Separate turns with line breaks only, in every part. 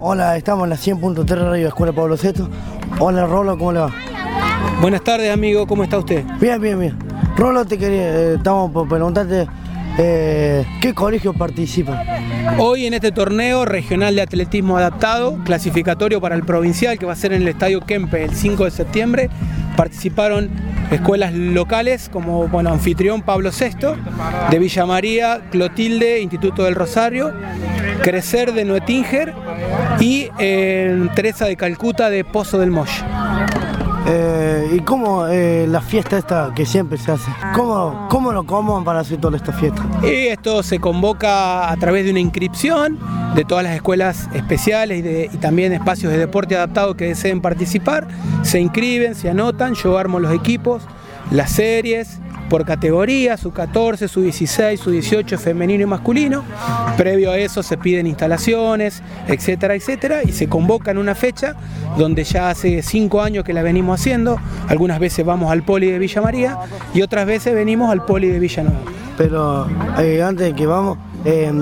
Hola, estamos en la 100.3 Radio Escuela Pablo Seto. Hola Rolo, ¿cómo le va?
Buenas tardes, amigo, ¿cómo está usted?
Bien, bien, bien. Rolo, te quería, eh, estamos por preguntarte eh, qué colegio participa.
Hoy en este torneo regional de atletismo adaptado, clasificatorio para el provincial que va a ser en el Estadio Kempe el 5 de septiembre, participaron escuelas locales como bueno, anfitrión Pablo VI de Villa María, Clotilde, Instituto del Rosario, Crecer de Nuetinger y eh, Teresa de Calcuta de Pozo del Molle.
Eh, ¿Y cómo eh, la fiesta esta que siempre se hace? ¿Cómo, cómo lo coman para hacer toda esta fiesta?
Y esto se convoca a través de una inscripción de todas las escuelas especiales y, de- y también espacios de deporte adaptado que deseen participar. Se inscriben, se anotan, yo armo los equipos, las series por categoría, su 14, su 16, su 18 femenino y masculino. Previo a eso se piden instalaciones, etcétera, etcétera, y se convoca en una fecha donde ya hace cinco años que la venimos haciendo. Algunas veces vamos al poli de Villa María y otras veces venimos al poli de Villanueva.
Pero eh, antes de que vamos, eh,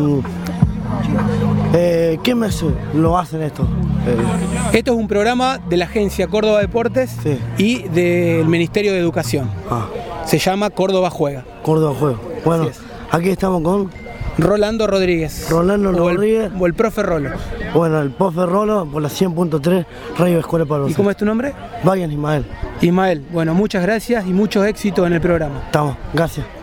eh, ¿qué meses lo hacen esto? Eh,
Esto es un programa de la agencia Córdoba Deportes
Sí.
y del Ministerio de Educación.
ah,
Se llama Córdoba Juega.
Córdoba Juego. Bueno,
Así es.
aquí estamos con,
Rolando Rodríguez.
Rolando
O el-
Rodríguez.
O el profe Rolo.
bueno, el Pofe Rolo por la 100.3 Radio Escuela Pablo
¿Y cómo es tu nombre?
Vayan Ismael,
Ismael. Bueno, muchas gracias y muchos éxitos en el programa.
estamos, gracias.